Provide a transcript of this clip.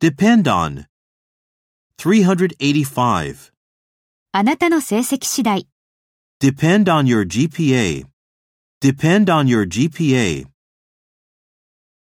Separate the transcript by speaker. Speaker 1: Depend on. 385.
Speaker 2: あなたの成績次第。
Speaker 1: Depend on your GPA. Depend on your GPA.